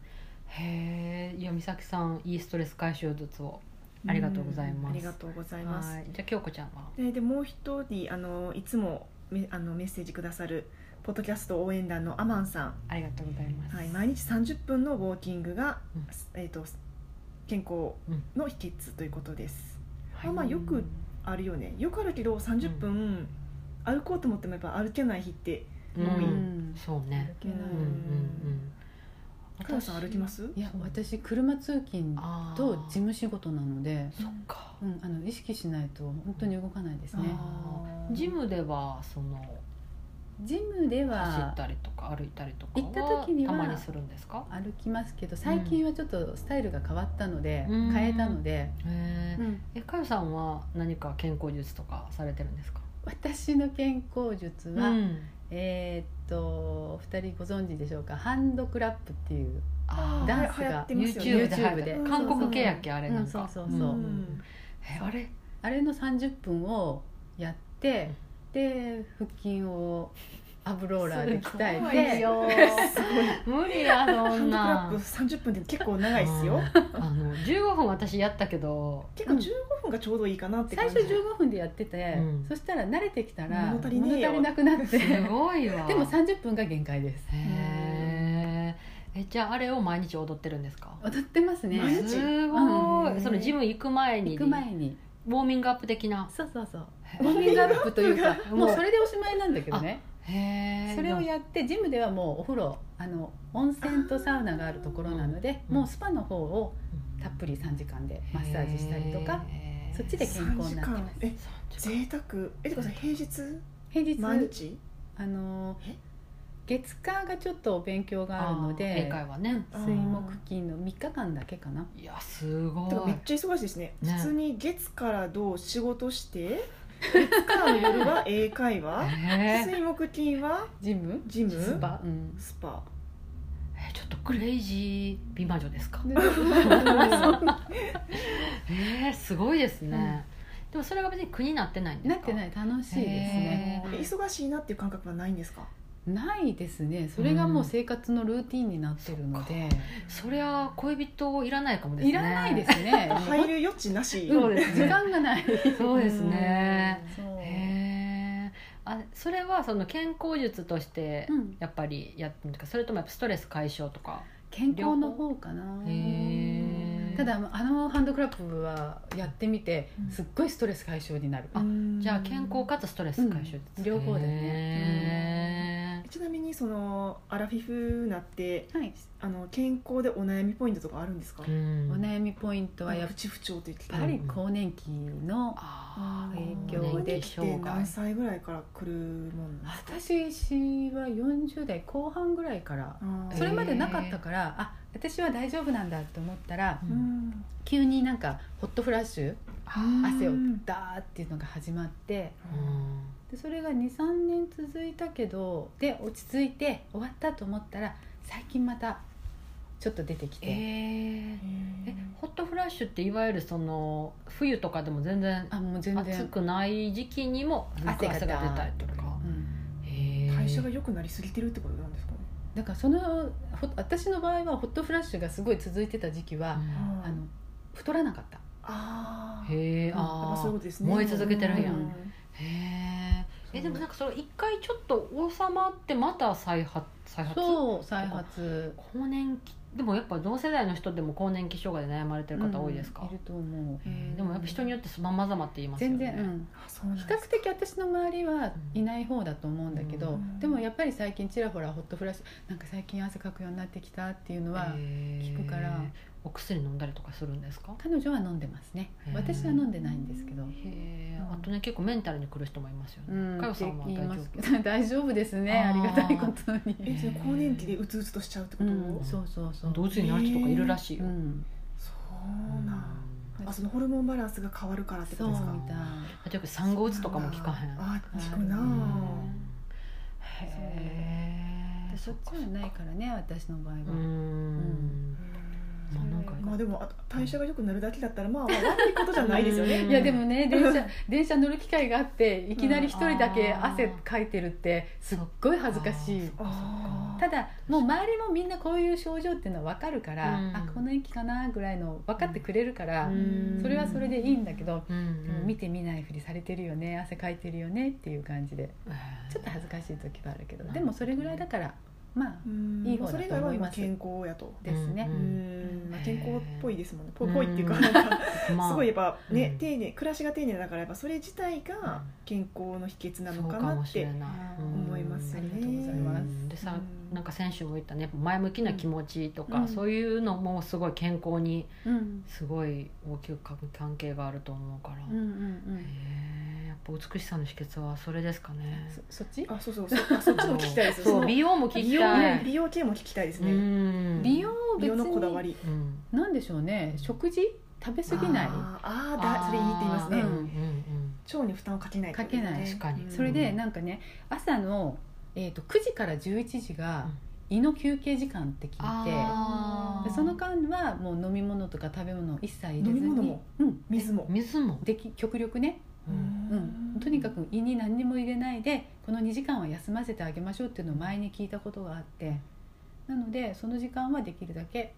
Speaker 2: へえいや美咲さんいいストレス解消術をありがとうございます
Speaker 1: んありがとうございます
Speaker 2: はいじゃあ京子ちゃんは
Speaker 1: ででもう一人あのいつもめあのメッセージくださるポッドキャスト応援団のアマンさ
Speaker 2: ありがとうございます
Speaker 1: ん、はい、毎日30分のウォーキングが、
Speaker 2: うん
Speaker 1: えー、と健康の秘訣ということです、
Speaker 2: はい
Speaker 1: まあよくあるよねよくあるけど30分歩こうと思ってもやっぱ歩けない日って
Speaker 2: うん
Speaker 1: 多い
Speaker 3: うん
Speaker 2: そうね
Speaker 3: 歩けない
Speaker 2: うんうんうん
Speaker 1: 加藤さん歩きます
Speaker 3: いや私車通勤
Speaker 2: あー
Speaker 3: と事務仕事なので、
Speaker 2: そっか
Speaker 3: うん、あの意識しないと本当に動かないですね
Speaker 2: あージムではその
Speaker 3: ジムで
Speaker 2: 走っ
Speaker 3: は
Speaker 2: たりとか歩いたりとかは
Speaker 3: 行った時には
Speaker 2: たまにするんですか
Speaker 3: 歩きますけど最近はちょっとスタイルが変わったので、
Speaker 2: うん
Speaker 3: 変えたので、
Speaker 2: へー
Speaker 3: うん
Speaker 2: えかよさんは何か健康術とかされてるんですか
Speaker 3: 私の健康術は、
Speaker 2: うん
Speaker 3: えーっとお二人ご存知でしょうかハンドクラップっていう
Speaker 2: あー
Speaker 3: ダンスが
Speaker 1: は流行ってますよね
Speaker 2: YouTube で
Speaker 3: YouTube で
Speaker 2: 韓国系やっけあれなん
Speaker 3: うん
Speaker 2: か
Speaker 3: そう
Speaker 1: そうそう
Speaker 2: えあれ
Speaker 3: あれの30分をやってで腹筋をアブローラーで鍛えて
Speaker 1: すごい
Speaker 2: 無理やそ
Speaker 1: ハンド
Speaker 2: ん
Speaker 1: クラッ
Speaker 2: な
Speaker 1: プ30分って結構長いですよ
Speaker 2: あの15分私やったけ ど
Speaker 1: 結構15分がちょうどいいかなって
Speaker 3: 最
Speaker 1: 感
Speaker 3: 初
Speaker 1: じ
Speaker 3: 15分でやってて、
Speaker 2: うん
Speaker 3: そしたら慣れてきたら
Speaker 1: 物足りねえよ
Speaker 3: 物なくなって
Speaker 2: すごいわ
Speaker 3: でも30分が限界です
Speaker 2: へーえじゃああれを毎日踊ってるんですか
Speaker 3: 踊ってます
Speaker 1: 毎
Speaker 3: ね
Speaker 1: 日
Speaker 2: すご
Speaker 3: う
Speaker 2: い
Speaker 3: ん
Speaker 2: そのジム行く前に
Speaker 3: 行
Speaker 2: ウ
Speaker 3: く
Speaker 2: ォ
Speaker 3: 前に
Speaker 2: ーミングアップ的な
Speaker 3: そうそうそうウ
Speaker 2: へ
Speaker 3: ォーミングアップというか
Speaker 2: が
Speaker 3: もうそれでおしまいなんだけどね
Speaker 2: え
Speaker 3: それをやってジムではもうお風呂あの温泉とサウナがあるところなので
Speaker 2: うん
Speaker 3: もうスパの方をたっぷり3時間でマッサージしたりとか
Speaker 2: へー
Speaker 3: そっちで健康になってます
Speaker 1: え
Speaker 2: 30
Speaker 1: 贅沢えてかさ平日
Speaker 3: 平日
Speaker 1: 毎日
Speaker 3: あの
Speaker 1: え
Speaker 3: 月火がちょっとお勉強があるの
Speaker 2: ー英
Speaker 3: で
Speaker 2: 会話ね
Speaker 1: あー
Speaker 3: 水木金の3日間だけかない
Speaker 2: やすご
Speaker 1: てか
Speaker 2: い
Speaker 1: めっちゃ忙しいですね
Speaker 2: ね
Speaker 1: 普通に月からどう仕事して月からの夜は英会話
Speaker 2: へー
Speaker 1: 水木金は
Speaker 3: ジム
Speaker 1: ジム
Speaker 3: スパうん
Speaker 1: スパ
Speaker 2: えちょっとクレイジー美魔女ですか
Speaker 3: で
Speaker 2: えー、すごいですね、でもそれが別に苦になってないんで
Speaker 3: な
Speaker 2: す
Speaker 3: っ
Speaker 2: か
Speaker 3: てない楽しいですね
Speaker 2: へー
Speaker 1: 忙しいなっていう感覚はないんですか
Speaker 3: うないですねそれがもう生活のルーティンになってるので、
Speaker 2: そりゃ恋人いらないかもですね
Speaker 3: いらないですね
Speaker 1: 入る余地なし、
Speaker 2: うん
Speaker 3: うん時間がない
Speaker 2: そうですね
Speaker 3: そう
Speaker 2: へえあそれはその健康術として
Speaker 3: うん
Speaker 2: やっぱりやってるんですかそれともやっぱストレス解消とか
Speaker 3: 健康の方かな
Speaker 2: へー
Speaker 3: ただあのハンドクラップはやってみて
Speaker 1: うん
Speaker 3: すっごいストレス解消になる、
Speaker 2: あ
Speaker 1: うん
Speaker 2: じゃあ健康かつストレス解消術、
Speaker 3: うん両方でね
Speaker 2: へ
Speaker 1: ちなみにそのアラフィフなって
Speaker 3: はい、
Speaker 1: あの健康でお悩みポイントとかあるんですか、
Speaker 2: えうん
Speaker 3: お悩みポイントはやっ
Speaker 1: プチ不調って言って
Speaker 3: ぱり更年期の
Speaker 2: あー
Speaker 3: 影響で
Speaker 2: 年
Speaker 1: っ
Speaker 2: 期
Speaker 1: て
Speaker 2: 障害
Speaker 1: 何歳ぐらいから来るもんなんですか
Speaker 3: 私は40代後半ぐらいから
Speaker 1: あー
Speaker 3: それまでなかったからあ私は大丈夫なんだと思ったら
Speaker 1: うん
Speaker 3: 急になんかホットフラッシュ
Speaker 2: あ
Speaker 3: 汗を
Speaker 1: うん
Speaker 3: ダーっていうのが始まって
Speaker 2: ーうん
Speaker 3: でそれが23年続いたけどで落ち着いて終わったと思ったら最近またちょっと出てきて、
Speaker 2: えー
Speaker 1: え
Speaker 2: えホットフラッシュっていわゆるその冬とかでも全然
Speaker 3: あもう全
Speaker 2: 暑
Speaker 3: 然、
Speaker 2: くない時期にも
Speaker 3: 汗が
Speaker 2: 汗が出たりとか
Speaker 3: うん、
Speaker 2: へー
Speaker 1: 代謝が良くなりすぎてるってことなんですかね、
Speaker 3: だからそのほ私の場合はホットフラッシュがすごい続いてた時期は、
Speaker 1: うん
Speaker 3: あの太らなかった
Speaker 1: あー
Speaker 2: へえ
Speaker 3: う
Speaker 1: や
Speaker 3: ん
Speaker 1: っ
Speaker 2: あ
Speaker 1: ぱそ
Speaker 2: ー
Speaker 1: ういうことですね
Speaker 2: 燃え続けてるんや
Speaker 1: うん
Speaker 2: へええでもなんかそれ一回ちょっと王様ってまた再発再発
Speaker 3: そう再発
Speaker 2: 更年期でもやっぱ同世代の人でも更年期障害で悩まれてる方多いですか、
Speaker 3: うんいると思う
Speaker 2: へえでもやっぱ人によってままざまって言いますよね
Speaker 3: 全然、うん、
Speaker 1: あそうなん
Speaker 3: 比
Speaker 1: だ
Speaker 3: 較的私の周りはいない方だと思うんだけど、
Speaker 1: うん
Speaker 3: でもやっぱり最近ちらほらホットフラッシュなんか最近汗かくようになってきたっていうのは、
Speaker 2: へえ
Speaker 3: 聞くから
Speaker 2: お薬飲んだりとかするんですか
Speaker 3: 彼女は飲んでますね
Speaker 2: へー
Speaker 3: 私は飲んでないんですけど
Speaker 2: へえ
Speaker 1: うん
Speaker 2: あとね結構メンタルに来る人もいますよ
Speaker 3: う
Speaker 2: ね、
Speaker 3: ん
Speaker 2: かよ
Speaker 3: っ
Speaker 2: さ
Speaker 3: て
Speaker 2: んは大
Speaker 3: 言い
Speaker 2: 丈
Speaker 3: ま
Speaker 2: 夫
Speaker 3: すけど 大丈夫ですね
Speaker 2: あ
Speaker 3: あ
Speaker 2: ー
Speaker 3: りがたいことに、
Speaker 1: えそれ更年期でうつうつとしちゃうってこ
Speaker 3: う
Speaker 1: と、
Speaker 3: ん、
Speaker 1: そう
Speaker 3: そうそうそう
Speaker 2: 同時になる人とかいるらしいよ、
Speaker 3: うん、
Speaker 1: そうなん
Speaker 3: うん
Speaker 1: あそのホルモンバランスが変わるからってこ
Speaker 3: そう
Speaker 1: と
Speaker 3: み
Speaker 1: ですか
Speaker 3: たい
Speaker 2: あとよく産後うつとかも聞かへん
Speaker 1: あー聞くな
Speaker 3: う
Speaker 1: あ
Speaker 2: へえ
Speaker 3: でそっちはないからね私の場合は、
Speaker 2: うーんまあなんか
Speaker 1: まあでもあ代謝が良くなるだけだったらまあまあ悪いことじゃないですよね
Speaker 2: うん
Speaker 3: いやでもね電車 電車乗る機会があっていきなり一人だけ汗かいてるってすっごい恥ずかしい
Speaker 2: そっかそっ
Speaker 1: あー
Speaker 2: か
Speaker 3: ただもう周りもみんなこういう症状っていうのは分かるから、
Speaker 2: うん
Speaker 3: あこの駅かなぐらいの分かってくれるから、
Speaker 2: うん
Speaker 3: それはそれでいいんだけど、
Speaker 2: うんうん
Speaker 3: 見て見ないふりされてるよね汗かいてるよねっていう感じでちょっと恥ずかしい時はあるけどでもそれぐらいだからまあ
Speaker 1: うん
Speaker 3: いい方
Speaker 1: そ
Speaker 3: だ
Speaker 1: れ以
Speaker 3: と
Speaker 1: 外は
Speaker 3: 思い
Speaker 1: 今
Speaker 3: ます
Speaker 1: 健康やと
Speaker 3: ですね、
Speaker 2: う
Speaker 1: うんんまあ健康っぽいですもんねぽ
Speaker 2: うん
Speaker 1: ぽいっていうかなん か
Speaker 2: へーまあ
Speaker 1: すごいやっぱ
Speaker 2: う
Speaker 1: ね
Speaker 2: ん
Speaker 1: 丁寧暮らしが丁寧だからやっぱそれ自体が健康の秘訣な
Speaker 2: そ
Speaker 1: の
Speaker 2: う
Speaker 1: か
Speaker 2: か
Speaker 1: な
Speaker 2: も
Speaker 1: っ
Speaker 2: しれ
Speaker 1: て
Speaker 2: ない
Speaker 1: 思いますよね
Speaker 3: ありがとうございます
Speaker 2: うんでさ
Speaker 1: うん
Speaker 2: なんか先週も言ったね前向きな気持ちと
Speaker 3: う
Speaker 2: か
Speaker 3: ん
Speaker 2: そういうのもすごい健康に
Speaker 3: うん
Speaker 2: すごい大きく関係があると思うから
Speaker 3: うんうんうん
Speaker 2: へえやっぱ美しさの秘訣はそれですかね
Speaker 3: そそっち
Speaker 1: あそうそうそうあそっちも聞きたいです
Speaker 2: そう
Speaker 1: の
Speaker 2: 美容も聞きたい
Speaker 1: 美容系も聞きたいです
Speaker 2: う
Speaker 1: ね
Speaker 2: ん
Speaker 3: 美容
Speaker 1: 美
Speaker 3: 別
Speaker 1: 容のこだわ
Speaker 3: に
Speaker 1: り
Speaker 2: うん
Speaker 3: なんでしょうね食事食べ過ぎない
Speaker 1: あーあーだそれいいって言いますね
Speaker 2: あーうん
Speaker 3: うん
Speaker 2: うん
Speaker 1: 腸に負担をかけないってことですね
Speaker 3: かけない
Speaker 2: 確かに
Speaker 1: うん
Speaker 3: それでなんかね朝の、えー、と9時から11時が
Speaker 2: うん
Speaker 3: 胃の休憩時間って聞いて
Speaker 2: あー
Speaker 3: でその間はもう飲み物とか食べ物を一切入れずに
Speaker 1: 飲み物も
Speaker 3: うん、
Speaker 1: 水も
Speaker 2: 水も
Speaker 3: でき極力ね、うん、とにかく胃に何にも入れないでこの2時間は休ませてあげましょうっていうのを前に聞いたことがあってなのでその時間はできるだけ、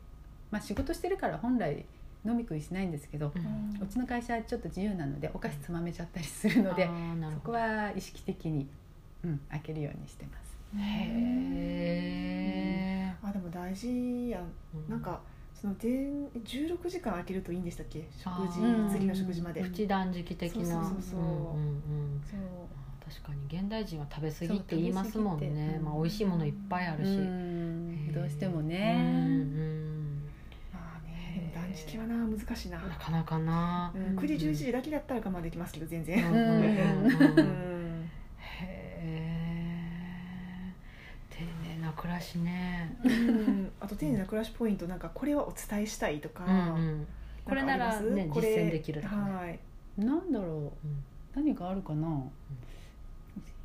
Speaker 3: まあ、仕事してるから本来飲み食いしないんですけど
Speaker 2: うん
Speaker 3: うちの会社はちょっと自由なのでお菓子つまめちゃったりするので
Speaker 2: あーなる
Speaker 3: そ
Speaker 2: ほ
Speaker 3: こ
Speaker 2: ど
Speaker 3: は意識的に、うん、開けるようにしてます。
Speaker 2: へ
Speaker 1: あでも大事やん
Speaker 2: ー
Speaker 1: なんかその全16時間空けるといいんでしたっけ食
Speaker 2: あー
Speaker 1: 事次の食事まで
Speaker 2: プチ断食的な
Speaker 1: そうそうそうそうん
Speaker 2: うん
Speaker 3: そう
Speaker 2: 確かに現代人は食べ過ぎって言いますもんね、
Speaker 3: そう
Speaker 2: まあ、美味しいものいっぱいあるし、へー
Speaker 3: どうしても
Speaker 2: うん
Speaker 3: ね、
Speaker 1: まあねでも断食はな難しいな
Speaker 2: うんなかなかな
Speaker 1: う、ん9時11時だけだったら我慢できますけど全
Speaker 2: うん
Speaker 1: 然
Speaker 2: うん うん
Speaker 1: う
Speaker 2: うんんへえ丁寧な暮らしね、
Speaker 1: うんあと丁寧な暮らしポイントなんかこれはお伝えしたいとか
Speaker 2: うんうんこれ
Speaker 1: んかあ
Speaker 2: な
Speaker 1: りま
Speaker 2: ら
Speaker 1: す
Speaker 2: ね
Speaker 1: こ
Speaker 2: 実
Speaker 1: れ
Speaker 2: 践できるとかね、
Speaker 1: はい
Speaker 3: なんだろう
Speaker 2: うん
Speaker 3: 何があるかな、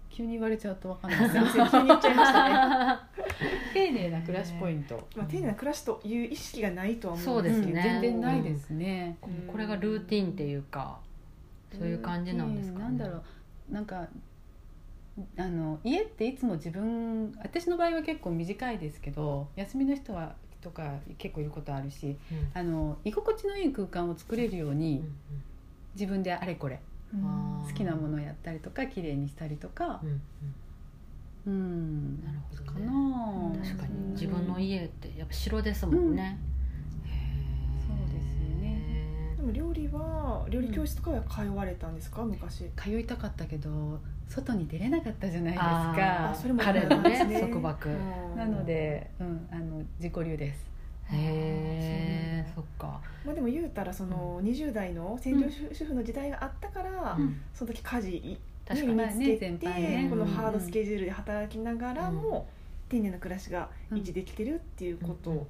Speaker 3: 急に言われちゃうとわかん ない
Speaker 1: 全然気に入っちゃいましたね
Speaker 3: 丁寧な暮らしポイント、
Speaker 1: まあ丁寧な暮らしという意識がないとは思うん
Speaker 2: そ
Speaker 1: で
Speaker 2: う
Speaker 1: す
Speaker 2: で
Speaker 1: け
Speaker 2: す
Speaker 1: ど
Speaker 2: ね
Speaker 3: 全然ないですね、
Speaker 1: うん
Speaker 2: これがルーティンっていうかそういう感じなんですか、ね、
Speaker 3: ルーティンなんだろうなんかあの家っていつも自分私の場合は結構短いですけど休みの人はとか結構いることあるし
Speaker 2: うん
Speaker 3: あの居心地のいい空間を作れるよう
Speaker 2: う
Speaker 3: に
Speaker 2: ん
Speaker 3: 自分であれこれ
Speaker 2: あー
Speaker 3: 好きなものをやったりとか綺麗にしたりとか
Speaker 2: うんうん
Speaker 3: うん
Speaker 2: なるほどね
Speaker 3: かな
Speaker 1: うん
Speaker 2: 確か
Speaker 3: う
Speaker 2: に
Speaker 3: ん
Speaker 2: 自分の家ってやっぱ城ですもんね、へー
Speaker 3: そうですよね
Speaker 1: でも料理は料理教室とかは通われたんですか昔
Speaker 3: 通いたかったけど外に出れなかったじゃないです
Speaker 2: あ
Speaker 1: あ
Speaker 3: か
Speaker 1: それも
Speaker 2: 彼の
Speaker 1: です
Speaker 2: ね
Speaker 1: ね
Speaker 2: 束縛へ
Speaker 1: うん
Speaker 3: なので、うん、あの自己流です
Speaker 2: えそっか
Speaker 1: まあでも言うたらその20代の専業主婦の時代があったから、
Speaker 2: うん
Speaker 1: その時家事
Speaker 2: 確か
Speaker 1: に
Speaker 2: に
Speaker 3: ま
Speaker 1: 身
Speaker 3: あ
Speaker 1: に
Speaker 3: ね
Speaker 1: つけて、
Speaker 3: 全般ね
Speaker 1: このハードスケジュールで働きながらも、丁寧な暮らしが
Speaker 3: うん
Speaker 1: 維持できてるっていうこと
Speaker 2: うん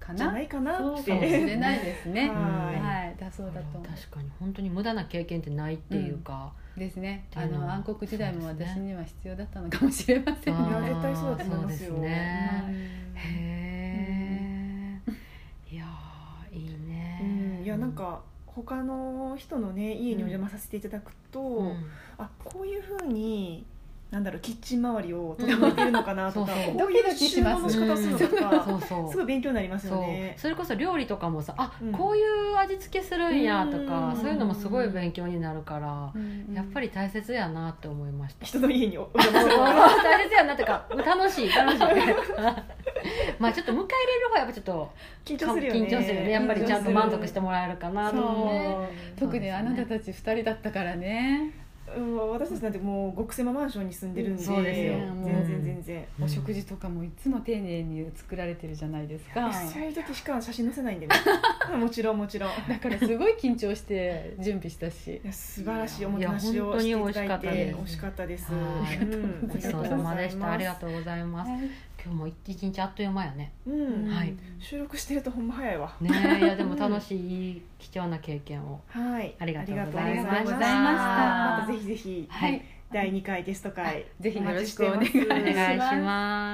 Speaker 3: か
Speaker 1: じゃ
Speaker 3: な
Speaker 1: ないかな
Speaker 3: そう
Speaker 1: っ。
Speaker 3: かもしてれないですね
Speaker 1: は
Speaker 2: うん
Speaker 3: はいだそうだと思
Speaker 2: 確かに本当に無駄な経験ってないっていうか、
Speaker 3: うですね
Speaker 2: ってい
Speaker 3: あ
Speaker 2: うの
Speaker 3: の
Speaker 2: は
Speaker 3: 暗黒時代も
Speaker 2: そうですね
Speaker 3: 私には必要だったのかもしれません
Speaker 1: い
Speaker 2: あ
Speaker 1: や
Speaker 2: ー
Speaker 3: ね
Speaker 1: 絶対そうだと思いますよ。
Speaker 2: そうですね
Speaker 1: うん
Speaker 2: へえいやーいいね
Speaker 1: うんいやなんか他の人のね家にお邪魔させていただくと、
Speaker 2: うん
Speaker 1: あこういうふうになんだろうキッチン周りを整えてるのかなとか、
Speaker 2: うんそうそう
Speaker 1: こういう収納の仕方をするのと
Speaker 2: そ
Speaker 1: か、
Speaker 2: うそう
Speaker 1: すごい勉強になりますよ
Speaker 2: そう
Speaker 1: ね。
Speaker 2: それこそ料理とかもさあ、
Speaker 1: うん
Speaker 2: こういう味付けするんやとか、
Speaker 1: うん
Speaker 2: そういうのもすごい勉強になるから、
Speaker 3: うんうん
Speaker 2: やっぱり大切やなって思いました、
Speaker 1: 人の家にお 邪魔するのが
Speaker 2: 大切やなってか楽しい楽 しいまあちょっと迎え入れる方はやっぱちょっと
Speaker 1: 緊
Speaker 2: か
Speaker 1: 張するよね。
Speaker 2: 緊張するよねやっぱりちゃんと満足して
Speaker 1: も
Speaker 2: もらえるかなと思うね
Speaker 3: そう特にあなたたち二人だったからね
Speaker 1: うん、私たちなんてもう極狭マンションに住んでるんで、
Speaker 2: そうですよ
Speaker 1: 全然全然。
Speaker 2: うん
Speaker 3: お食事とかもいつも丁寧に作られてるじゃないですか
Speaker 1: そういう時しか写真載せないん でね。もちろんもちろん。
Speaker 3: だからすごい緊張して準備したし
Speaker 1: いや素晴らしいおもてなしを
Speaker 2: い
Speaker 1: して
Speaker 2: や
Speaker 1: い
Speaker 2: 本当に
Speaker 1: ただいて
Speaker 2: 美
Speaker 1: 美
Speaker 2: 味
Speaker 1: 味
Speaker 2: し
Speaker 1: し
Speaker 2: か
Speaker 1: かったです。
Speaker 2: はい
Speaker 1: うん
Speaker 2: ごちそうさまでしたありがとうございます
Speaker 3: はい
Speaker 2: 今日も一日あっという間やね
Speaker 1: う。うん、
Speaker 2: はい
Speaker 1: 収録してるとほんま早いわ。
Speaker 2: ねえいやでも楽しい貴重な経験を
Speaker 1: はい、
Speaker 2: ありがとうございました
Speaker 1: ありがとうございましたまたぜひぜひ
Speaker 2: はい
Speaker 1: 第二回ゲスト会
Speaker 3: ぜひよろしくお
Speaker 1: お
Speaker 3: 願
Speaker 1: 待
Speaker 3: い
Speaker 1: ち
Speaker 3: し
Speaker 1: して
Speaker 2: お
Speaker 1: ま
Speaker 2: 願い
Speaker 1: す
Speaker 2: します